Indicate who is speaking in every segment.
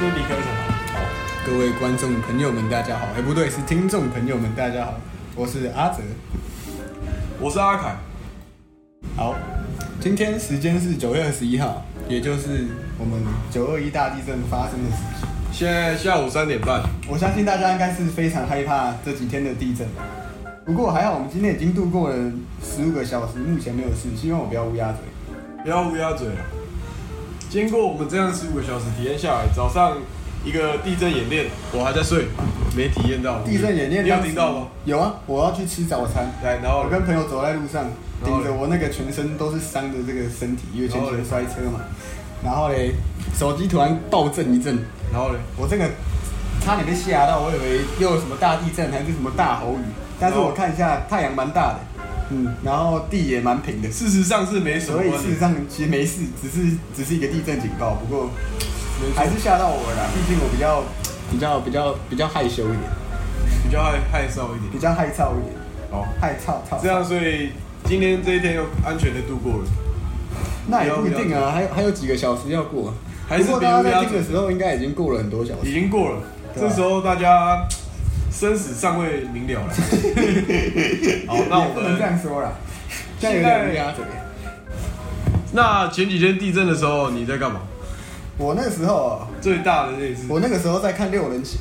Speaker 1: 是理科什么？
Speaker 2: 好，各位观众朋友们，大家好。哎、不对，是听众朋友们，大家好。我是阿哲。
Speaker 3: 我是阿凯，
Speaker 2: 好，今天时间是九月二十一号，也就是我们九二一大地震发生的时间。
Speaker 3: 现在下午三点半。
Speaker 2: 我相信大家应该是非常害怕这几天的地震。不过还好，我们今天已经度过了十五个小时，目前没有事。希望我不要乌鸦嘴。
Speaker 3: 不要乌鸦嘴了。经过我们这样十五个小时体验下来，早上一个地震演练，我还在睡，没体验到
Speaker 2: 地震演练，
Speaker 3: 你有听到吗？？
Speaker 2: 有啊，我要去吃早餐。
Speaker 3: 来，然后
Speaker 2: 我跟朋友走在路上，
Speaker 3: 然
Speaker 2: 顶
Speaker 3: 后嘞
Speaker 2: 着我那个全身都是伤的这个身体，因为前几
Speaker 3: 然后嘞
Speaker 2: 天摔车嘛。然后嘞，手机突然暴震一震，
Speaker 3: 然后嘞，
Speaker 2: 我这个差点被吓到，我以为又有什么大地震还是什么大豪雨，但是
Speaker 3: 然后
Speaker 2: 我看一下太阳蛮大的，嗯，然后地也蛮平的，
Speaker 3: 事实上是没什么
Speaker 2: 所以
Speaker 3: 关
Speaker 2: 事实
Speaker 3: 系。
Speaker 2: 上其实没事，只是只是一个地震警报，不过还是吓到我了啦，毕竟我比较比较比较比较害羞一点，
Speaker 3: 比较害害臊一
Speaker 2: 比
Speaker 3: 点。
Speaker 2: 较害臊一点，
Speaker 3: 好，
Speaker 2: 害臊臊。
Speaker 3: 这样所以今天这一天又安全的度过了。
Speaker 2: 那也不一定啊，还还有几个小时要过、啊。
Speaker 3: 还是
Speaker 2: 不过
Speaker 3: 别人
Speaker 2: 大家在
Speaker 3: 要
Speaker 2: 听的时候，应该已经过了很多小
Speaker 3: 已
Speaker 2: 时。
Speaker 3: 经过了，
Speaker 2: 对啊
Speaker 3: 这时候大家生死尚未明了了。好，哦那
Speaker 2: 也
Speaker 3: 我
Speaker 2: 不能这
Speaker 3: 们
Speaker 2: 样说啦，现
Speaker 3: 现
Speaker 2: 在
Speaker 3: 在
Speaker 2: 有点乌鸦嘴。
Speaker 3: 那前几天地震的时候你在干嘛？
Speaker 2: 我那时候啊，
Speaker 3: 最大的那一次，
Speaker 2: 我那个时候在看《六人行》，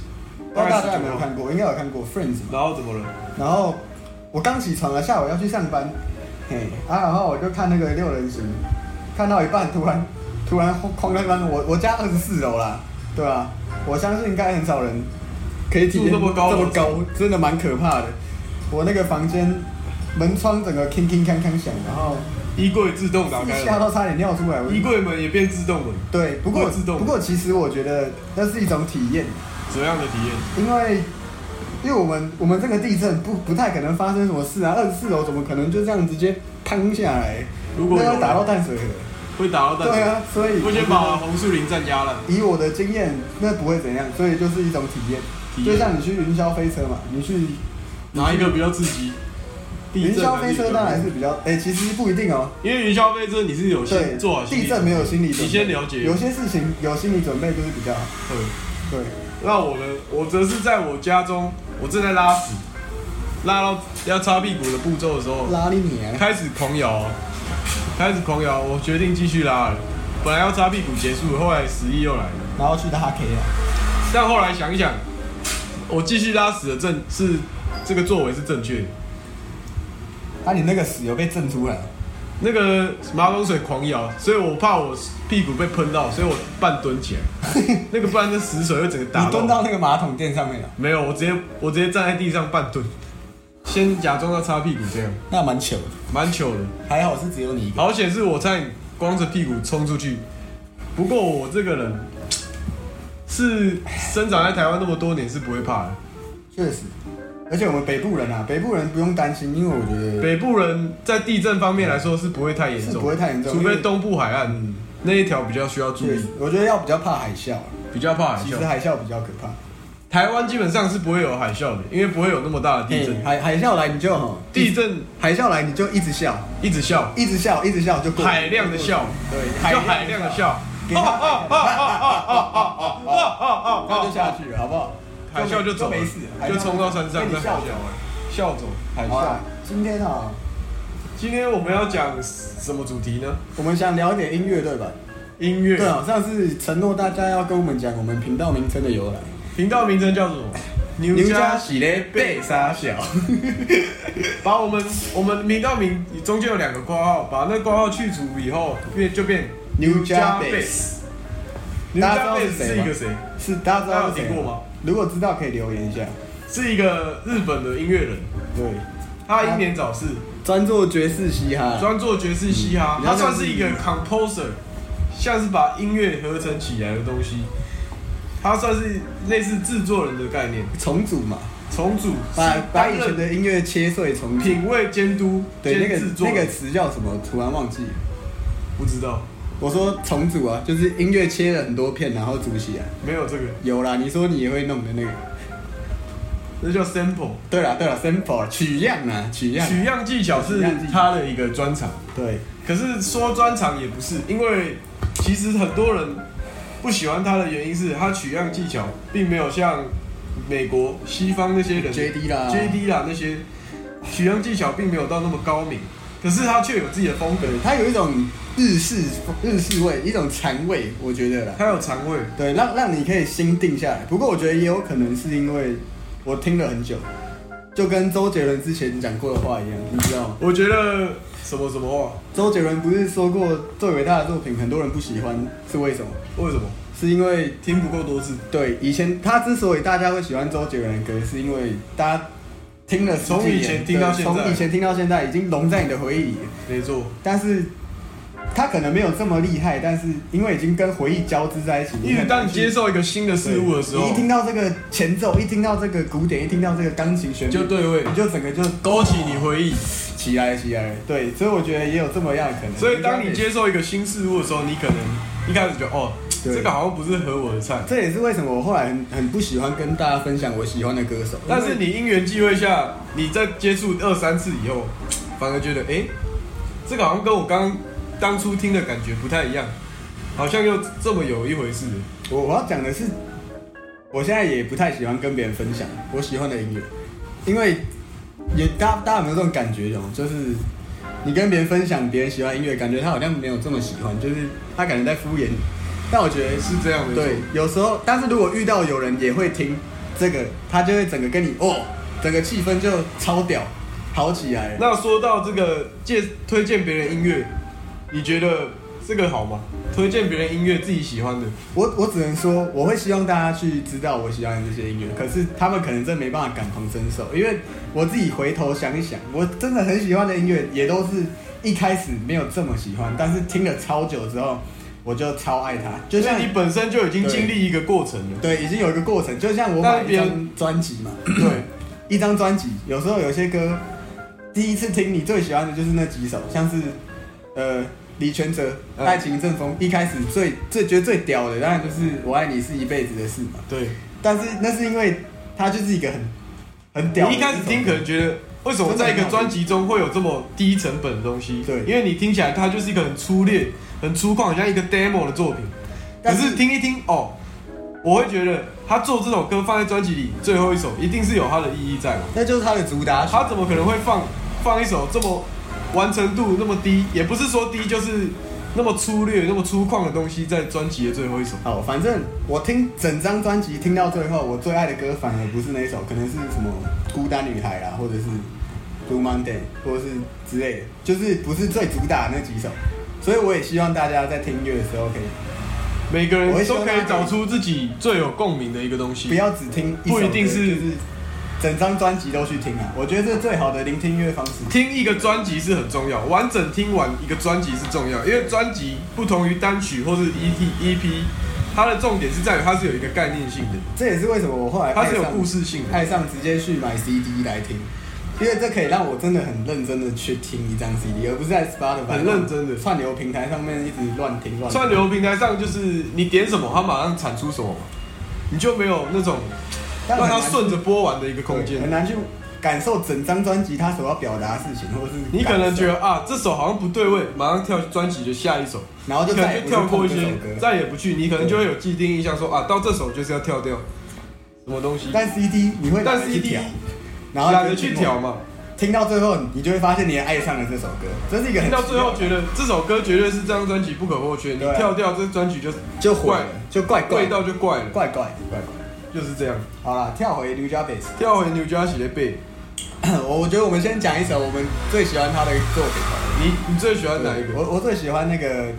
Speaker 2: 不知道大家有没有
Speaker 3: 29
Speaker 2: 看过？应该有看过《Friends》嘛。
Speaker 3: 然后怎么了？
Speaker 2: 然后我刚起床了，下午要去上班，嘿啊，然后我就看那个《六人行》，看到一半突然突然哐哐当当，我我家二十四楼啦，对啊，我相信应该很少人可以体验
Speaker 3: 住这么高
Speaker 2: 这么高，真的蛮可怕的。我那个房间门窗整个铿铿锵锵响，然后
Speaker 3: 衣柜自动打开
Speaker 2: 吓到
Speaker 3: 了，
Speaker 2: 差点尿出来。我
Speaker 3: 衣柜门也变自动门，
Speaker 2: 对，不过
Speaker 3: 会自动
Speaker 2: 不过其实我觉得那是一种体验，
Speaker 3: 怎么样的体验？
Speaker 2: 因为因为我们我们这个地震不不太可能发生什么事啊，二十四楼怎么可能就这样直接砰下来？
Speaker 3: 如果有
Speaker 2: 那要打到淡水河，
Speaker 3: 会打到蛋？
Speaker 2: 对啊，，所以
Speaker 3: 我先把红树林站压了。
Speaker 2: 以我的经验，那不会怎样，所以就是一种体验，
Speaker 3: 体验
Speaker 2: 就像你去云霄飞车嘛，你去
Speaker 3: 哪一个比较刺激？地
Speaker 2: 云
Speaker 3: 震
Speaker 2: 霄
Speaker 3: 还
Speaker 2: 飞
Speaker 3: 是
Speaker 2: 车当然是比较，哎、其实不一定哦、
Speaker 3: 因为云霄飞车你是有
Speaker 2: 对
Speaker 3: 先，做好心理
Speaker 2: 地震没有心理准备，
Speaker 3: 你先了解
Speaker 2: 有些事情有心理准备就是比较好，
Speaker 3: 嗯
Speaker 2: 哦对，
Speaker 3: 那我呢？我则是在我家中，我正在拉屎，拉到要擦屁股的步骤的时候，
Speaker 2: 拉力你啊，
Speaker 3: 开始狂摇哦，开始狂摇，我决定继续拉了。本来要擦屁股结束，后来十一又来了，
Speaker 2: 然后去拉 K 啊。
Speaker 3: 但后来想一想，我继续拉屎的正是这个作为是正确的。
Speaker 2: 啊，你那个屎有被震出来？
Speaker 3: 那个马桶水狂摇，所以我怕我屁股被喷到，所以我半蹲起来， 那个不然那屎水会整个打
Speaker 2: 你
Speaker 3: 我
Speaker 2: 蹲到那个马桶垫上面了，
Speaker 3: 没有，我直接我直接站在地上半蹲，先假装要擦屁股这样，
Speaker 2: 那蛮糗的。
Speaker 3: 蛮糗的。
Speaker 2: 还好是只有你一个。
Speaker 3: 好险是我差点光着屁股冲出去。不过我这个人是生长在台湾那么多年是不会怕的。
Speaker 2: 确实，而且我们北部人啊，北部人不用担心，因为我觉得
Speaker 3: 北部人在地震方面来说是不会太严
Speaker 2: 是
Speaker 3: 重，
Speaker 2: 不会太严重
Speaker 3: 除
Speaker 2: 因
Speaker 3: 非
Speaker 2: 为
Speaker 3: 东部海岸、那一条比较需要注
Speaker 2: 确
Speaker 3: 意
Speaker 2: 实，，我觉得要比较怕海啸啊，
Speaker 3: 比较怕海
Speaker 2: 其实
Speaker 3: 啸。
Speaker 2: 海啸比较可怕。
Speaker 3: 台湾基本上是不会有海啸的，因为不会有那么大的地
Speaker 2: 嘿
Speaker 3: 震。
Speaker 2: 嗯
Speaker 3: 哦
Speaker 2: 海海啸来你就吼，
Speaker 3: 地震
Speaker 2: 海啸来你就一直笑，
Speaker 3: 一直笑，
Speaker 2: 一直笑，一直笑就过。
Speaker 3: 海量的笑，
Speaker 2: 对，
Speaker 3: 就海量的笑。
Speaker 2: 给他海量的笑，那
Speaker 3: 那
Speaker 2: 就下去了，好不好？
Speaker 3: 哦海啸就走了
Speaker 2: 没事，海啸
Speaker 3: 就冲到山上
Speaker 2: 被你
Speaker 3: 再
Speaker 2: 笑
Speaker 3: 海啸
Speaker 2: 走了。
Speaker 3: 笑走海
Speaker 2: 好
Speaker 3: 啸
Speaker 2: 啊。，今天啊，
Speaker 3: 今天我们要讲什么主题呢？
Speaker 2: 我们想聊一点音乐，对吧？
Speaker 3: 音乐。
Speaker 2: 对啊，上次承诺大家要跟我们讲我们频道名称的由来。
Speaker 3: 频道名称叫 什么？牛
Speaker 2: 牛
Speaker 3: 家
Speaker 2: 家喜嘞被杀小，
Speaker 3: 把我们我们频道名中间有两个括号，把那括号去除以后，变就变
Speaker 2: 牛家
Speaker 3: Bass 牛
Speaker 2: 大家知
Speaker 3: 家
Speaker 2: 道
Speaker 3: Bass
Speaker 2: 是谁
Speaker 3: 是
Speaker 2: 吗
Speaker 3: 一个谁？
Speaker 2: 是大家知道是谁
Speaker 3: 大家有听过吗？
Speaker 2: 如果知道可以留言一下。
Speaker 3: 是一个日本的音乐人，
Speaker 2: 对，
Speaker 3: 他英年早逝，
Speaker 2: 专做爵士嘻哈，
Speaker 3: 专做爵士嘻哈
Speaker 2: 嗯，
Speaker 3: 他算是一个 composer，像是把音乐合成起来的东西，他算是类似制作人的概念，
Speaker 2: 重组嘛，
Speaker 3: 重组
Speaker 2: 把把
Speaker 3: 担
Speaker 2: 以
Speaker 3: 任
Speaker 2: 前的音乐切碎重组。
Speaker 3: 品味监督
Speaker 2: 对，那
Speaker 3: 兼
Speaker 2: 个
Speaker 3: 制作，
Speaker 2: 那个词叫什么？突然忘记了。
Speaker 3: 不知道，
Speaker 2: 我说重组啊，就是音乐切了很多片，然后组起来。
Speaker 3: 没有这个，
Speaker 2: 有啦，你说你也会弄的那个。
Speaker 3: 那叫 sample。
Speaker 2: 对啦对啦，sample 取样啊，取样。
Speaker 3: 取样技巧是他的一个专长，
Speaker 2: 对，
Speaker 3: 可是说专长也不是，因为其实很多人不喜欢他的原因是他取样技巧并没有像美国西方那些人
Speaker 2: JD 啦
Speaker 3: JD 啦那些取样技巧并没有到那么高明，可是他却有自己的风格
Speaker 2: 对，，它有一种日式日式味，一种禅味，我觉得啦。
Speaker 3: 他有禅味，
Speaker 2: 对，让让你可以心定下来。不过我觉得也有可能是因为我听了很久，就跟周杰伦之前讲过的话一样，你知道吗？
Speaker 3: 我觉得什么什么话，
Speaker 2: 周杰伦不是说过最伟大的作品很多人不喜欢是为什么？
Speaker 3: 为什么
Speaker 2: 是因为
Speaker 3: 听不够多次？
Speaker 2: 对以前他之所以大家会喜欢周杰伦的歌，是因为大家听了十几
Speaker 3: 从以前
Speaker 2: 年
Speaker 3: 听到
Speaker 2: 对
Speaker 3: 现在
Speaker 2: 从以前听到现在已经融在你的回忆里了。
Speaker 3: 没错，
Speaker 2: 但是他可能没有这么厉害，但是因为已经跟回忆交织在一起，
Speaker 3: 因为
Speaker 2: 很
Speaker 3: 当
Speaker 2: 难
Speaker 3: 你
Speaker 2: 去
Speaker 3: 接受一个新的事物的时
Speaker 2: 你
Speaker 3: 候
Speaker 2: 一，听到这个前奏，一听到这个鼓点，一听到这个钢琴旋律，
Speaker 3: 就对位
Speaker 2: 你，就整个就
Speaker 3: 勾起你回忆。
Speaker 2: 起来了起来了。对，所以我觉得也有这么样的可能。
Speaker 3: 所以当你，接受一个新事物的时候，你可能一开始就哦，
Speaker 2: 对
Speaker 3: 这个好像不是合我的菜。
Speaker 2: 这也是为什么我后来很很不喜欢跟大家分享我喜欢的歌手。
Speaker 3: 但是
Speaker 2: 因为
Speaker 3: 你因缘际会下，你在接触二三次以后，反而觉得哎、诶这个好像跟我刚当初听的感觉不太一样，好像又这么有一回事。
Speaker 2: 我我要讲的是，我现在也不太喜欢跟别人分享我喜欢的音乐，因为也大家大家有没有这种感觉？有，就是你跟别人分享别人喜欢的音乐，感觉他好像没有这么喜欢，就是他感觉在敷衍你。但我觉得
Speaker 3: 是这样的，
Speaker 2: 对，，有时候，但是如果遇到有人也会听这个，他就会整个跟你哦，整个气氛就超屌，好起来了。
Speaker 3: 那说到这个介推荐别人音乐，你觉得这个好吗？推荐别人音乐自己喜欢的，
Speaker 2: 我我只能说，我会希望大家去知道我喜欢的这些音乐，可是他们可能真没办法感同身受，因为我自己回头想一想，我真的很喜欢的音乐也都是一开始没有这么喜欢，但是听了超久之后，我就超爱它。就
Speaker 3: 就是
Speaker 2: 像
Speaker 3: 你本身就已经
Speaker 2: 对
Speaker 3: 经历一个过程了。
Speaker 2: 对，已经有一个过程，就像我买
Speaker 3: 但是
Speaker 2: 一
Speaker 3: 别人
Speaker 2: 张专辑嘛，
Speaker 3: 对，
Speaker 2: 一张专辑，有时候有些歌，第一次听你最喜欢的就是那几首，像是呃李全哲《
Speaker 3: 嗯
Speaker 2: 爱情阵风》，一开始最最觉得最屌的，当然就是“我爱你是一辈子的事”嘛。
Speaker 3: 对，
Speaker 2: 但是那是因为它就是一个很很屌的
Speaker 3: 你一
Speaker 2: 首歌。
Speaker 3: 开始听可能觉得，为什么在一个专辑中会有这么低成本的东西？
Speaker 2: 对
Speaker 3: 因为你听起来它就是一个很粗劣、很粗犷，很像一个 demo 的作品。可
Speaker 2: 但是
Speaker 3: 是听一听哦，我会觉得他做这首歌放在专辑里最后一首，一定是有它的意义在嘛？
Speaker 2: 那就是它的主打曲。
Speaker 3: 他怎么可能会放放一首这么完成度那么低？也不是说低，就是那么粗略、那么粗犷的东西在专辑的最后一首。
Speaker 2: 好，反正我听整张专辑听到最后，我最爱的歌反而不是那一首，可能是什么《孤单女孩》啊啦，或者是《Blue Monday》，或者是之类的，就是不是最主打的那几首。所以我也希望大家在听音乐的时候，可以
Speaker 3: 每个人
Speaker 2: 我会希
Speaker 3: 都
Speaker 2: 望
Speaker 3: 可
Speaker 2: 大
Speaker 3: 以
Speaker 2: 家
Speaker 3: 找出自己最有共鸣的一个东西。
Speaker 2: 不要只听一首
Speaker 3: 不
Speaker 2: 歌，
Speaker 3: 一定是
Speaker 2: 就是整张专辑都去听啊。我觉得这是最好的聆听音乐方式。
Speaker 3: 听一个专辑是很重要，完整听完一个专辑是重要，因为专辑不同于单曲或是 E EP EP，它的重点是在于它是有一个概念性的，
Speaker 2: 这也是为什么我后来
Speaker 3: 它是有
Speaker 2: 爱上
Speaker 3: 故事性的。
Speaker 2: 爱上直接去买 CD 来听，因为这可以让我真的很认真的去听一张 CD，而不是在 Spotify
Speaker 3: 很认真地
Speaker 2: 串流平台上面一直乱听乱听。
Speaker 3: 串流平台上就是你点什么，它马上产出什么嘛，你就没有那种
Speaker 2: 但
Speaker 3: 让
Speaker 2: 很
Speaker 3: 它
Speaker 2: 难
Speaker 3: 顺着播完的一个空
Speaker 2: 很
Speaker 3: 间。
Speaker 2: 难去感受整张专辑它所要表达的事情，或者是
Speaker 3: 你可能
Speaker 2: 感受
Speaker 3: 觉，得啊，这首好像不对位，马上跳专辑的下一首，
Speaker 2: 然后
Speaker 3: 你
Speaker 2: 哦就
Speaker 3: 可
Speaker 2: 再
Speaker 3: 能
Speaker 2: 也
Speaker 3: 就
Speaker 2: 不
Speaker 3: 跳
Speaker 2: 去
Speaker 3: 过
Speaker 2: 碰
Speaker 3: 一
Speaker 2: 这
Speaker 3: 些
Speaker 2: 首，歌。
Speaker 3: 再也不去，你可能就会有既定印象说啊，到这首就是要跳掉什么东西，
Speaker 2: 但 CD 你会
Speaker 3: 但
Speaker 2: 懒得去
Speaker 3: CD
Speaker 2: 调，然后
Speaker 3: 懒得
Speaker 2: 就听
Speaker 3: 去
Speaker 2: 过
Speaker 3: 调，嘛。
Speaker 2: 听到最后你就会发现你也爱上了这首歌，这是一个
Speaker 3: 听
Speaker 2: 很
Speaker 3: 到最后觉
Speaker 2: 得
Speaker 3: 得这首歌绝对是这张专辑不可或缺，你
Speaker 2: 对啊
Speaker 3: 跳掉这专辑就
Speaker 2: 就毁
Speaker 3: 怪
Speaker 2: 了，就怪
Speaker 3: 味
Speaker 2: 怪
Speaker 3: 道就怪了，
Speaker 2: 怪怪怪怪。
Speaker 3: 就是这样。
Speaker 2: 好了，跳回 New j a b a s
Speaker 3: 跳回 New Jersey 的背，
Speaker 2: 我我觉得我们先讲一首我们最喜欢他的作品吧。
Speaker 3: 你你最喜欢哪一个
Speaker 2: 我我最喜欢那个，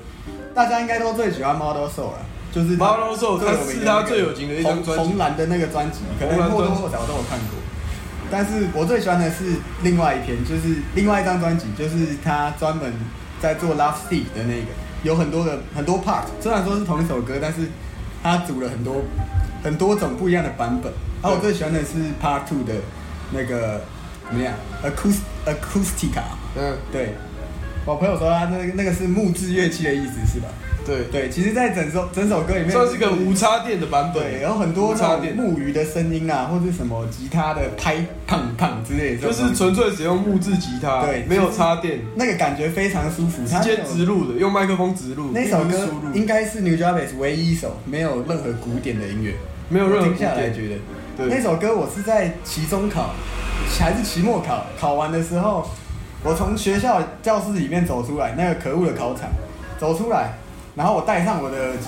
Speaker 2: 大家应该都最喜欢 Model Soul 了，就是他
Speaker 3: Model Soul，它是他最有名的一张专辑
Speaker 2: 红红蓝的那个专辑，可能
Speaker 3: 红蓝
Speaker 2: 或多
Speaker 3: 专辑
Speaker 2: 或少都有看过。但是我最喜欢的是另外一篇，就是另外一张专辑，就是他专门在做 Love Steve 的那个，有很多的很多 part，虽然说是同一首歌，但是他组了很多很多种不一样的版本。然后我最喜欢的是 Part Two 的那个怎么样，Acoust Acoustica。
Speaker 3: 嗯，
Speaker 2: 对，我朋友说他那个那个是木质乐器的意思是吧？
Speaker 3: 对，
Speaker 2: 对，其实，在整首整首歌里面，
Speaker 3: 算是个无插电的版
Speaker 2: 对，
Speaker 3: 本，
Speaker 2: 有很多
Speaker 3: 无
Speaker 2: 那
Speaker 3: 插
Speaker 2: 种
Speaker 3: 电，
Speaker 2: 木鱼的声音啊，或者什么吉他的拍胖胖之类的这种东
Speaker 3: 就是
Speaker 2: 西，
Speaker 3: 纯粹使用木质吉他，
Speaker 2: 对
Speaker 3: 没有插电，
Speaker 2: 那个感觉非常舒服，
Speaker 3: 直
Speaker 2: 它没
Speaker 3: 接
Speaker 2: 有
Speaker 3: 植入的，用麦克风植入，
Speaker 2: 那首
Speaker 3: 并不是
Speaker 2: 歌
Speaker 3: 输入
Speaker 2: 应，该是 New Javis 唯一一首没有任何古典的音乐，
Speaker 3: 没有任何
Speaker 2: 我听下来
Speaker 3: 古
Speaker 2: 觉
Speaker 3: 典
Speaker 2: 得。那
Speaker 3: 对，
Speaker 2: 首歌我是在期中考，还是期末考？考完的时候，我从学校教室里面走出来，那个可恶的考场，走出来，然后我戴上我的耳机，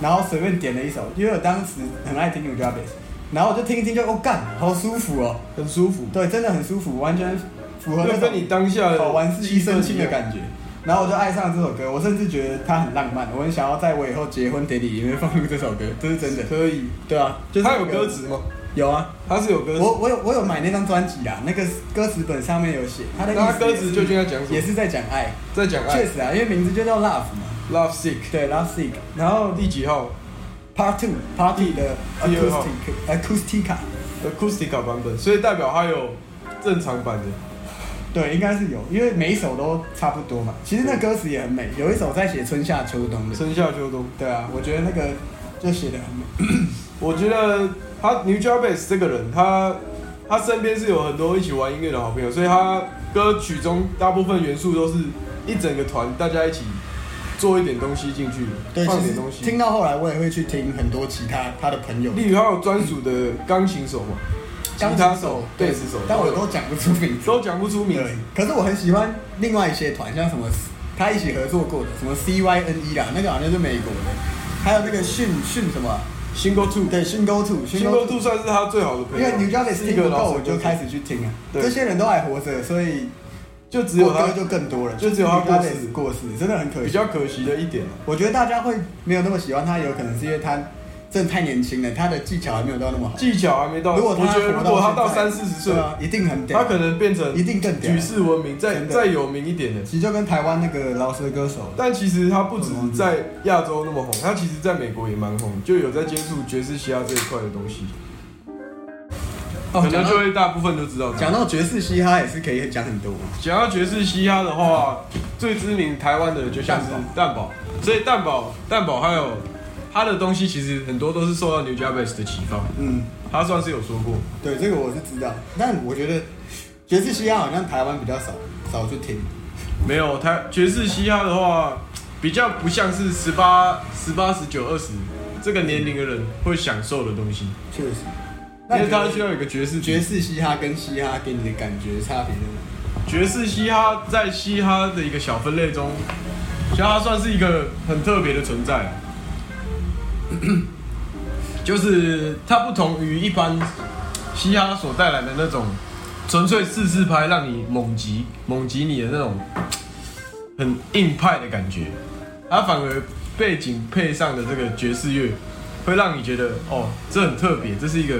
Speaker 2: 然后随便点了一首，因为我当时很爱听 New Javis，然后我就听一听就哦干，好舒服哦，
Speaker 3: 很舒服，
Speaker 2: 对，真的很舒服，完全符合那
Speaker 3: 就
Speaker 2: 种
Speaker 3: 跟你当下
Speaker 2: 考完是一身轻的
Speaker 3: 觉。
Speaker 2: 感觉。然后我就爱上这首歌，我甚至觉得它很浪漫，我很想要在我以后结婚典礼里面放入这首歌，这是真的。
Speaker 3: 可以，
Speaker 2: 对啊，就是
Speaker 3: 它
Speaker 2: 那
Speaker 3: 有
Speaker 2: 个
Speaker 3: 歌，词吗？
Speaker 2: 有啊，
Speaker 3: 它是有歌
Speaker 2: 我
Speaker 3: 词，
Speaker 2: 我有我有买那张专辑啦，那个歌词本上面有写，它的意思
Speaker 3: 那它歌
Speaker 2: 也
Speaker 3: 词
Speaker 2: 是
Speaker 3: 究竟在讲什
Speaker 2: 也
Speaker 3: 么？
Speaker 2: 是在讲爱，
Speaker 3: 在讲爱
Speaker 2: 确实啊，因为名字就叫 Love 嘛，
Speaker 3: ，Love Sick，
Speaker 2: 对 Love Sick，然后
Speaker 3: 第几号
Speaker 2: Part Two Part Two 的
Speaker 3: 第二号
Speaker 2: Acoustic Acoustica，
Speaker 3: ？Acoustica 版本，所以代表它有正常版的。
Speaker 2: 对，应该是有，因为每一首都差不多嘛。其实那歌词也很美，有一首在写春夏秋冬的，
Speaker 3: 春夏秋冬，
Speaker 2: 对啊，我觉得那个就写的很美。
Speaker 3: 我觉得他 New j a b a s 这个人，他他身边是有很多一起玩音乐的好朋友，所以他歌曲中大部分元素都是一整个团大家一起做一点东西进去，
Speaker 2: 对，
Speaker 3: 放
Speaker 2: 其
Speaker 3: 点
Speaker 2: 实
Speaker 3: 东西。
Speaker 2: 听到后来，我也会去听很多其他他的朋友，
Speaker 3: 例如他有专属的钢琴手嘛，
Speaker 2: 钢
Speaker 3: 吉
Speaker 2: 琴
Speaker 3: 他手、贝斯手，
Speaker 2: 但我
Speaker 3: 有
Speaker 2: 都讲不出名字。
Speaker 3: 都讲不出名字
Speaker 2: 对。，可是我很喜欢另外一些团，像什么他一起合作过的，什么 CYNE E 啦，那个好像是美国的，还有那个迅迅什么啊，
Speaker 3: Single Two，
Speaker 2: 对，迅 Go To，
Speaker 3: ，Single Two 算是他最好的
Speaker 2: 因
Speaker 3: 朋友，
Speaker 2: 为 New Javis
Speaker 3: 是一
Speaker 2: 听
Speaker 3: 个
Speaker 2: 不
Speaker 3: 老
Speaker 2: 够，
Speaker 3: 手
Speaker 2: 我就
Speaker 3: 歌手
Speaker 2: 开始去听啊。
Speaker 3: 对
Speaker 2: 这些人都还活着，所以
Speaker 3: 就只有
Speaker 2: 过
Speaker 3: 他
Speaker 2: 歌就更多了，
Speaker 3: 就只有他
Speaker 2: New
Speaker 3: 过
Speaker 2: Javis
Speaker 3: 世
Speaker 2: 过世，真的很可
Speaker 3: 比
Speaker 2: 惜。
Speaker 3: 较可惜的一点啊
Speaker 2: 我觉得大家会没有那么喜欢他，有可能是因为他真的太年轻了，他的技巧还没有到那么好。
Speaker 3: 技巧还没到。
Speaker 2: 如果
Speaker 3: 我
Speaker 2: 他
Speaker 3: 觉得
Speaker 2: 活
Speaker 3: 如
Speaker 2: 到
Speaker 3: 果他
Speaker 2: 现
Speaker 3: 到
Speaker 2: 在
Speaker 3: 三四十岁
Speaker 2: 对，啊，一定很屌，
Speaker 3: 他可能变成
Speaker 2: 一定更屌
Speaker 3: 举。世闻名，再
Speaker 2: 真的
Speaker 3: 再有名一点的。
Speaker 2: 其实就跟台湾那个饶舌歌手，
Speaker 3: 但其实他不止在亚洲那么红，他其实在美国也蛮红，就有在接触爵士嘻哈这一块的东西，哦可能就会大部分都知道他。
Speaker 2: 哦讲到爵士嘻哈也是可以讲很多，
Speaker 3: 讲到爵士嘻哈的话，最知名台湾的就像是蛋堡，所以蛋堡蛋堡还有他的东西，其实很多都是受到 New j a b a s 的启发，
Speaker 2: 嗯，
Speaker 3: 他算是有说过。
Speaker 2: 对，这个我是知道，但我觉得爵士嘻哈好像台湾比较少少去听，
Speaker 3: 没有，他爵士嘻哈的话，比较不像是十八、十八、十九、二十这个年龄的人会享受的东西，
Speaker 2: 确实。
Speaker 3: 因
Speaker 2: 那
Speaker 3: 为
Speaker 2: 你觉
Speaker 3: 他
Speaker 2: 得
Speaker 3: 需要有一个爵士
Speaker 2: 爵
Speaker 3: 爵
Speaker 2: 士嘻哈跟嘻哈给你的感觉差别在哪？
Speaker 3: 爵士嘻哈在嘻哈的一个小分类中，嘻哈算是一个很特别的存在啊、 就是它不同于一般嘻哈所带来的那种纯粹四四拍让你猛击猛击你的那种很硬派的感觉，它反而背景配上的这个爵士乐，会让你觉得哦，这很特别，这是一个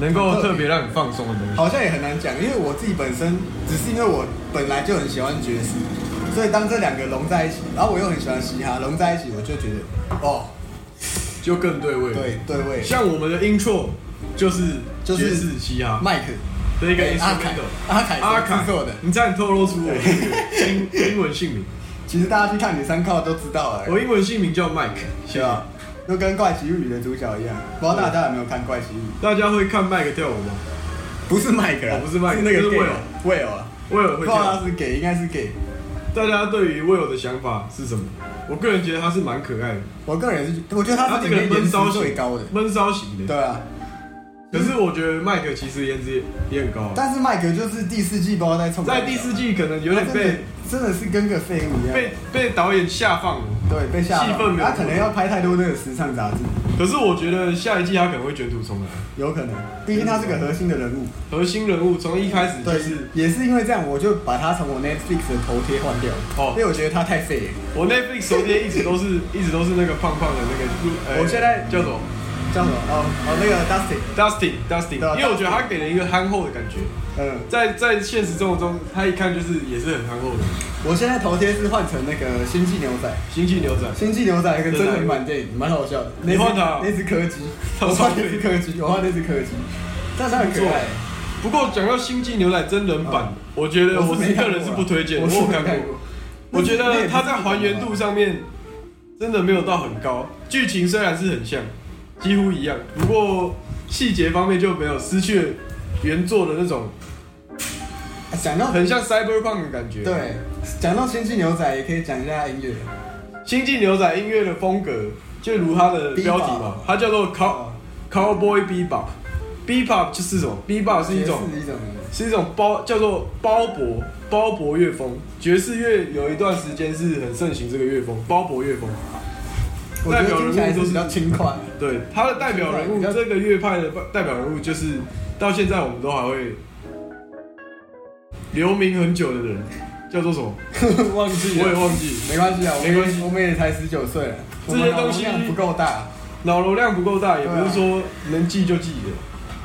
Speaker 3: 能够
Speaker 2: 很特别
Speaker 3: 特别让你放松的东西。
Speaker 2: 好像也很难讲，因为我自己本身只是因为我本来就很喜欢爵士，所以当这两个融在一起，然后我又很喜欢嘻哈，融在一起我就觉得哦，
Speaker 3: 就更对味了。
Speaker 2: 对对味，
Speaker 3: 像我们的 intro 就是
Speaker 2: 就是
Speaker 3: 爵士嘻哈
Speaker 2: 麦克
Speaker 3: 的一个
Speaker 2: 对哎阿凯
Speaker 3: instrumental
Speaker 2: 阿凯
Speaker 3: 阿
Speaker 2: 所
Speaker 3: 凯
Speaker 2: 制作的，
Speaker 3: 你这样透露出 我英英英文姓名，
Speaker 2: 其实大家去看《女三靠》都知道了，
Speaker 3: 我英文姓名叫 Mike，
Speaker 2: 对
Speaker 3: 谢谢。
Speaker 2: 哎啊，就跟《怪奇物语》的主角一样，不知道大家有没有看《怪奇物语
Speaker 3: 大家会看麦克跳舞吗？》？
Speaker 2: 不是麦克啊
Speaker 3: 哦不是麦克
Speaker 2: 那个
Speaker 3: 这是
Speaker 2: Will
Speaker 3: Will
Speaker 2: Will 啊，
Speaker 3: 威尔
Speaker 2: 不
Speaker 3: 会
Speaker 2: 知道
Speaker 3: 跳
Speaker 2: 他。是 gay，应该是 gay。
Speaker 3: 大家对于威尔的想法是什么？我个人觉得他是蛮可爱的，
Speaker 2: 我个人是，我觉得他
Speaker 3: 他
Speaker 2: 是里
Speaker 3: 这个
Speaker 2: 面
Speaker 3: 闷
Speaker 2: 颜
Speaker 3: 骚
Speaker 2: 值
Speaker 3: 型
Speaker 2: 最高的，
Speaker 3: 闷骚型的。
Speaker 2: 对啊。
Speaker 3: 可是我觉得麦克其实颜值也也很高啊，
Speaker 2: 但是麦克就是第四季不知道在冲啥，
Speaker 3: 在第四季可能有
Speaker 2: 他真
Speaker 3: 点
Speaker 2: 的
Speaker 3: 被
Speaker 2: 真的是跟个废物一样，
Speaker 3: 被被导演下放了。
Speaker 2: 对被吓
Speaker 3: 气
Speaker 2: 到
Speaker 3: 氛没有
Speaker 2: 他可能要拍太多那个时尚杂志，
Speaker 3: 可是我觉得下一季他可能会卷土重来。
Speaker 2: 有可能，毕竟他是个核心的人物。
Speaker 3: 核心人物从一开始就
Speaker 2: 对
Speaker 3: 是，
Speaker 2: 也是因为这样，我就把他从我 Netflix 的头贴换掉了，
Speaker 3: 哦
Speaker 2: 因为我觉得他太废了，
Speaker 3: 我 Netflix 头贴一直都是 一直都是那个胖胖的那个路，呃
Speaker 2: 我现在
Speaker 3: 叫什么
Speaker 2: 叫什么？哦哦，那个 Dustin，
Speaker 3: Dustin
Speaker 2: 对啊
Speaker 3: Dustin，因为我觉得他给人一个憨厚的感觉，
Speaker 2: 嗯。
Speaker 3: 在在现实生活中他一看就是也是很憨厚的。
Speaker 2: 我现在头贴是换成那个星际牛仔，
Speaker 3: 星际牛仔，
Speaker 2: 星际牛仔那个真人版电影蛮好笑的。
Speaker 3: 你换它
Speaker 2: 那只柯 基，
Speaker 3: 它
Speaker 2: 我
Speaker 3: 超
Speaker 2: 换那只柯基，我换那只柯基，但它很可爱。
Speaker 3: 不过讲到星际牛仔真人版
Speaker 2: 嗯，
Speaker 3: 我觉得我
Speaker 2: 没
Speaker 3: 是
Speaker 2: 看过啊
Speaker 3: 个人是不推荐，
Speaker 2: 我
Speaker 3: 我
Speaker 2: 是
Speaker 3: 有
Speaker 2: 没
Speaker 3: 看过，我觉得他在还原度上面真的没有到很高。剧情虽然是很像，几乎一样，不过细节方面就没有失去了原作的那种
Speaker 2: 啊讲到
Speaker 3: 很像 cyberpunk 的感觉。，
Speaker 2: 对，讲到《星际牛仔》，也可以讲一下音乐。
Speaker 3: 《星际牛仔》音乐的风格就如它的标题嘛
Speaker 2: Bebop，
Speaker 3: 它叫做 cow
Speaker 2: 哦
Speaker 3: cowboy bebop。bebop 就是什么？bebop 是一种
Speaker 2: 也是一种
Speaker 3: 是一种包叫做包勃包勃乐风，爵士乐有一段时间是很盛行这个乐风，包勃乐风。
Speaker 2: 我觉得听起来是比较轻快。
Speaker 3: 对，他的代表人物，
Speaker 2: 比较
Speaker 3: 这个乐派的代表人物就是到现在我们都还会留名很久的人，叫做什么？
Speaker 2: 忘记
Speaker 3: 我也
Speaker 2: 了，
Speaker 3: 忘记。
Speaker 2: 没关系啊，我们
Speaker 3: 没关系
Speaker 2: 我们也才十九岁了，
Speaker 3: 这些东西
Speaker 2: 我们脑容量不够大。
Speaker 3: 脑容量不够大，也不
Speaker 2: 啊
Speaker 3: 是说能记就记的，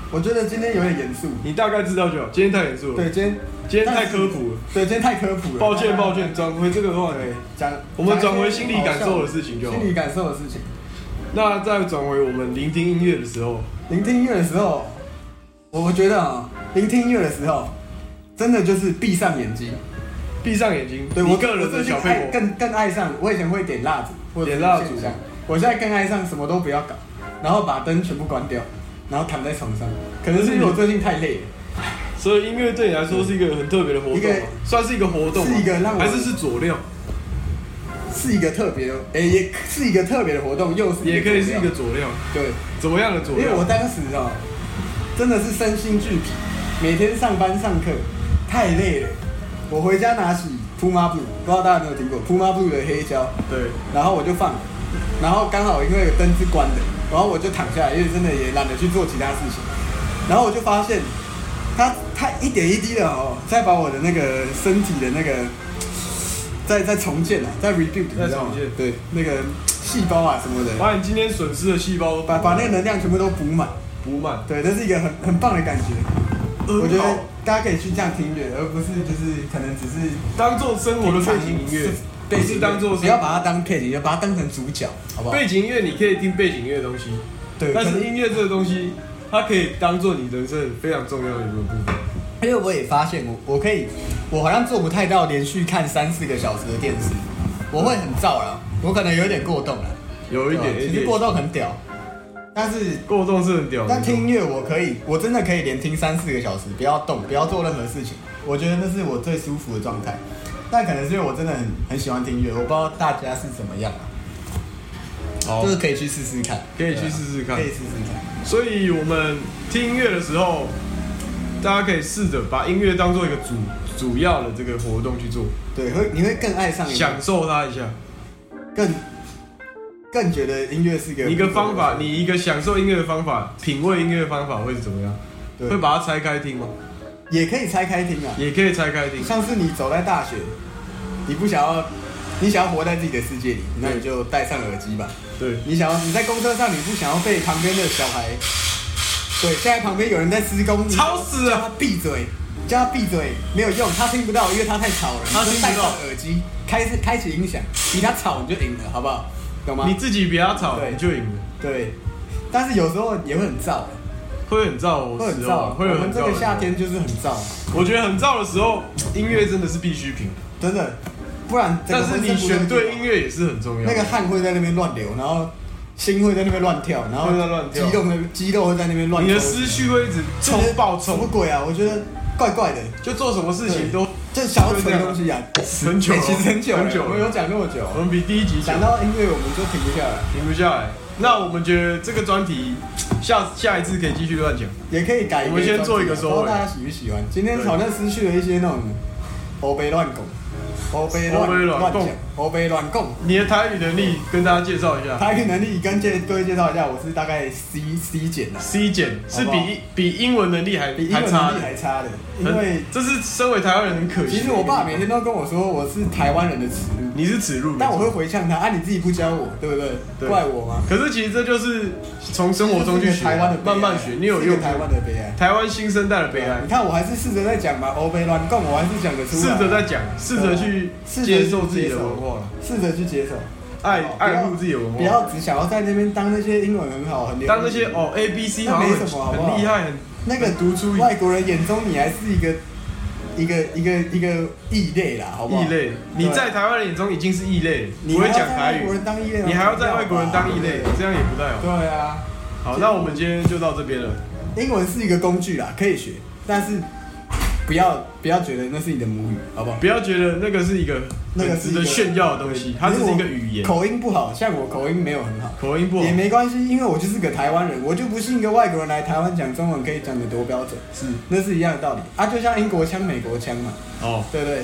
Speaker 2: 我觉得今天有点严肃。
Speaker 3: 你大概知道就好。今天太严肃了
Speaker 2: 对，，今天
Speaker 3: 今天太科普了，
Speaker 2: 对，今天太科普了。
Speaker 3: 抱歉抱歉。转回这个话题，
Speaker 2: 讲，
Speaker 3: 我们
Speaker 2: 讲
Speaker 3: 转
Speaker 2: 一些
Speaker 3: 回心理感受的事情就好
Speaker 2: 心。理感受的事情。
Speaker 3: 那再转回我们聆听音乐的时候，
Speaker 2: 聆听音乐的时候，我我觉得啊、聆听音乐的时候，真的就是闭上眼睛。
Speaker 3: 闭上眼睛，
Speaker 2: 对
Speaker 3: 你
Speaker 2: 我
Speaker 3: 个
Speaker 2: 我
Speaker 3: 人的
Speaker 2: 最近
Speaker 3: 小
Speaker 2: 爱
Speaker 3: 配博，
Speaker 2: 更更爱上，我以前会点蜡烛，或者
Speaker 3: 点蜡烛啊
Speaker 2: 线香我现在更爱上什么都不要搞，然后把灯全部关掉，然后躺在床上。可能是因为我最近太累了，
Speaker 3: 所以音乐对你来说是一个很特别的活
Speaker 2: 一
Speaker 3: 动
Speaker 2: 个
Speaker 3: 嘛，算是一个活动嘛，
Speaker 2: 是一个让我
Speaker 3: 还是是佐料，
Speaker 2: 是一个特别的，哎、也是一个特别的活动，又是
Speaker 3: 也可以是一
Speaker 2: 重
Speaker 3: 个
Speaker 2: 要
Speaker 3: 佐料，
Speaker 2: 对，
Speaker 3: 怎么样的佐
Speaker 2: 因为我
Speaker 3: 料？
Speaker 2: 当时哦、真的是身心俱疲，每天上班上课太累了，我回家拿起 Puma Blue，不知道大家有没有听过 Puma Blue 的黑胶，
Speaker 3: 对，
Speaker 2: 然后我就放了，然后刚好因为灯是关的，然后我就躺下来，因为真的也懒得去做其他事情，然后我就发现，它它一点一滴的哦，再把我的那个身体的那个，再再重建了，再 rebuild，你知道吗
Speaker 3: 再重建？
Speaker 2: 对，那个细胞啊什么的，
Speaker 3: 把你今天损失的细胞
Speaker 2: 把把那个能量全部都补满，
Speaker 3: 补满，
Speaker 2: 对，这是一个很很棒的感觉，我觉
Speaker 3: 很
Speaker 2: 得
Speaker 3: 呃好
Speaker 2: 大家可以去这样听音乐，而不是就是可能只是
Speaker 3: 当做生活的背景音乐，
Speaker 2: 背
Speaker 3: 不
Speaker 2: 景音
Speaker 3: 是
Speaker 2: 乐
Speaker 3: 当做
Speaker 2: 不要把它当配景，要把它当成主角，好不好？
Speaker 3: 背景音乐，你可以听背景音乐的东西，
Speaker 2: 对，
Speaker 3: 但
Speaker 2: 可
Speaker 3: 是音乐这个东西，它可以当做你人生非常重要的一个部分。
Speaker 2: 因为我也发现我我可以，我好像做不太到连续看三四个小时的电视，我会很燥啦，我可能有点过动了，
Speaker 3: 有一
Speaker 2: 对
Speaker 3: 点，
Speaker 2: 吧其
Speaker 3: 一
Speaker 2: 实
Speaker 3: 点
Speaker 2: 过动很屌，但是
Speaker 3: 过动是很屌的
Speaker 2: 但
Speaker 3: 那
Speaker 2: 听
Speaker 3: 种，
Speaker 2: 音乐我可以，我真的可以连听三四个小时，不要动，不要做任何事情，我觉得那是我最舒服的状态。但可能是因为我真的很很喜欢听音乐，我不知道大家是怎么样啊，
Speaker 3: 好
Speaker 2: 就，是可以去试试看，
Speaker 3: 哦可以去试试
Speaker 2: 对
Speaker 3: 看
Speaker 2: 啊可以试试看。
Speaker 3: 所以我们听音乐的时候，大家可以试着把音乐当做一个主主要的这个活动去做，
Speaker 2: 对，会你会更爱上音乐，
Speaker 3: 享受它一下。
Speaker 2: 更更觉得音乐是一个
Speaker 3: 你一个方法，你一个享受音乐的方法，品味音乐的方法会是怎么样？
Speaker 2: 对
Speaker 3: 会把它拆开听吗？
Speaker 2: 也可以拆开听啊。
Speaker 3: 也可以拆开听。
Speaker 2: 像是你走在大学，你不想要，你想要活在自己的世界里，那你就戴上耳机吧。
Speaker 3: 对，
Speaker 2: 你想要你在公车上，你不想要被旁边的小孩，对，现在旁边有人在施工，你
Speaker 3: 吵死
Speaker 2: 叫
Speaker 3: 了！
Speaker 2: 他闭嘴，叫他闭嘴没有用，他听不到，因为他太吵了。
Speaker 3: 他听
Speaker 2: 你就
Speaker 3: 不
Speaker 2: 戴
Speaker 3: 到
Speaker 2: 上耳机，开开启音响，比他吵你就赢了，好不好？懂吗
Speaker 3: 你？自己比他吵，
Speaker 2: 对
Speaker 3: 你就赢了，
Speaker 2: 对，但是有时候也会很燥，
Speaker 3: 会很燥
Speaker 2: 会
Speaker 3: 哦，
Speaker 2: 很燥
Speaker 3: 时候。会有
Speaker 2: 我
Speaker 3: 很
Speaker 2: 们
Speaker 3: 燥。
Speaker 2: 这个夏，天就是很燥，
Speaker 3: 我觉得很燥的时候，音乐真的是必需品。
Speaker 2: 真的，不然整
Speaker 3: 但
Speaker 2: 个
Speaker 3: 是
Speaker 2: 浑
Speaker 3: 你
Speaker 2: 身不
Speaker 3: 选
Speaker 2: 自
Speaker 3: 对
Speaker 2: 主
Speaker 3: 音乐也是很重要的。
Speaker 2: 那个汗会在那边乱流，然后心会在那边乱跳，然后
Speaker 3: 会在乱跳
Speaker 2: 肌肉会肌肉会在那边乱。
Speaker 3: 你的思绪会一直冲爆
Speaker 2: 什么
Speaker 3: 冲，
Speaker 2: 鬼啊？我觉得怪怪的，
Speaker 3: 就做什么事情都
Speaker 2: 这想要存东西啊，
Speaker 3: 很久了
Speaker 2: 欸其实很久了，
Speaker 3: 很久
Speaker 2: 我
Speaker 3: 了
Speaker 2: 们有讲那么久。
Speaker 3: 我们比第一集
Speaker 2: 讲
Speaker 3: 讲到
Speaker 2: 到音乐，我们就停一下来，
Speaker 3: 停不下来。那我们觉得这个专题下下一次可以继续乱讲，
Speaker 2: 也可以改一个
Speaker 3: 我们先
Speaker 2: 专辑啊
Speaker 3: 做一个收尾
Speaker 2: 不知道大家喜不喜欢？今天好像失去了一些那种欧杯乱拱、欧杯乱
Speaker 3: 欧杯乱
Speaker 2: 乱
Speaker 3: 拱
Speaker 2: 讲、欧杯乱拱。
Speaker 3: 你的台语能力跟大家介绍一下。
Speaker 2: 台语能力跟介各位介绍一下，我是大概 C C 减的，
Speaker 3: C 减是
Speaker 2: 好不好
Speaker 3: 比比英文能力还
Speaker 2: 比英
Speaker 3: 还
Speaker 2: 文
Speaker 3: 差
Speaker 2: 能力
Speaker 3: 的，
Speaker 2: 还差的，
Speaker 3: 很
Speaker 2: 因为
Speaker 3: 这是身为台湾人很可惜。
Speaker 2: 其实我爸每天都跟我说我是台湾人的耻辱，
Speaker 3: 你是耻辱，
Speaker 2: 但我
Speaker 3: 没
Speaker 2: 会回呛他啊，你自己不教我，对不对？
Speaker 3: 对
Speaker 2: 怪我吗？
Speaker 3: 错可是其实这就是从
Speaker 2: 啊
Speaker 3: 生活中去
Speaker 2: 这是
Speaker 3: 学
Speaker 2: 一个台湾的悲哀
Speaker 3: 慢慢学，你有
Speaker 2: 是一个
Speaker 3: 用
Speaker 2: 台湾的啊悲哀，
Speaker 3: 台湾新生代的悲哀
Speaker 2: 你，看我还是试着在讲嘛，欧北乱共，我还是讲得出
Speaker 3: 试
Speaker 2: 来，
Speaker 3: 着在讲，试
Speaker 2: 啊
Speaker 3: 着去接受自己的文化了，
Speaker 2: 试着去接受，
Speaker 3: 爱
Speaker 2: 哦不要
Speaker 3: 爱护自己的文
Speaker 2: 不
Speaker 3: 化，
Speaker 2: 要只想要在那边当那些英文很好很牛
Speaker 3: 当那些哦 A B C
Speaker 2: 那
Speaker 3: 好像
Speaker 2: 没
Speaker 3: 很
Speaker 2: 什么好不好
Speaker 3: 很厉害，很
Speaker 2: 那个
Speaker 3: 很独出一
Speaker 2: 外国人眼中你还是一个一个一个一个异类啦，好不好？
Speaker 3: 异类，你在台湾人眼中已经是异类，
Speaker 2: 你
Speaker 3: 不会
Speaker 2: 还要
Speaker 3: 讲
Speaker 2: 在
Speaker 3: 台
Speaker 2: 外
Speaker 3: 语
Speaker 2: 国，人当异类吗，
Speaker 3: 你还要在外国人当异类
Speaker 2: 对，啊
Speaker 3: 这样也不太好。
Speaker 2: 对啊，
Speaker 3: 好，那我们今天就到这边了。
Speaker 2: 英文是一个工具啦，可以学，但是不要不要觉得那是你的母语，好不好？
Speaker 3: 不要觉得那个是一个
Speaker 2: 那个
Speaker 3: 很
Speaker 2: 是
Speaker 3: 值
Speaker 2: 一个
Speaker 3: 得炫耀的东西，它只是一个语言，
Speaker 2: 口音不好，像我口音没有很好，
Speaker 3: 口音不好
Speaker 2: 也没关系，因为我就是个台湾人，我就不信一个外国人来台湾讲中文可以讲得多标准，
Speaker 3: 是
Speaker 2: 那是一样的道理啊，就像英国腔、美国腔嘛，
Speaker 3: 哦，
Speaker 2: 对不对？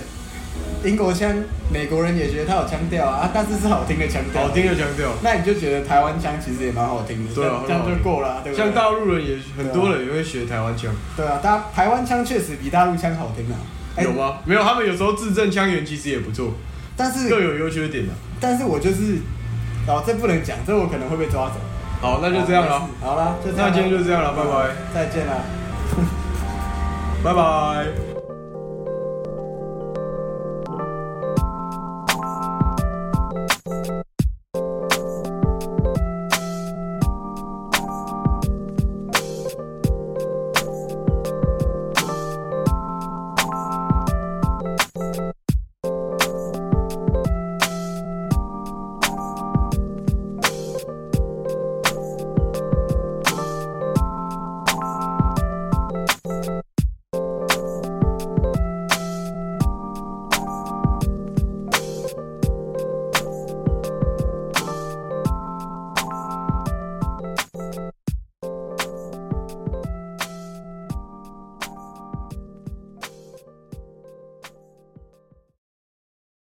Speaker 2: 英国腔，美国人也觉得它有腔调啊，啊但是是好听的腔调，
Speaker 3: 好听的腔调。
Speaker 2: 那你就觉得台湾腔其实也蛮好听的，
Speaker 3: 对啊
Speaker 2: 这样这
Speaker 3: 很
Speaker 2: 样
Speaker 3: 好
Speaker 2: 就
Speaker 3: 听
Speaker 2: 够了啊、对不对？
Speaker 3: 像大陆人也很多人也会学台湾腔，
Speaker 2: 对啊，大台湾腔确实比大陆腔好听啊，哎
Speaker 3: 有？吗？没有，他们有时候字正腔圆其实也不错，
Speaker 2: 但
Speaker 3: 各
Speaker 2: 是
Speaker 3: 有优缺点啊的。
Speaker 2: 但是我就是，哦，这不能讲，这我可能会被抓走。
Speaker 3: 好，那就这样
Speaker 2: 好
Speaker 3: 了
Speaker 2: 没，事好啦，就这样
Speaker 3: 那
Speaker 2: 啦
Speaker 3: 今天就这样了，拜拜，
Speaker 2: 再见啦。
Speaker 3: 拜拜。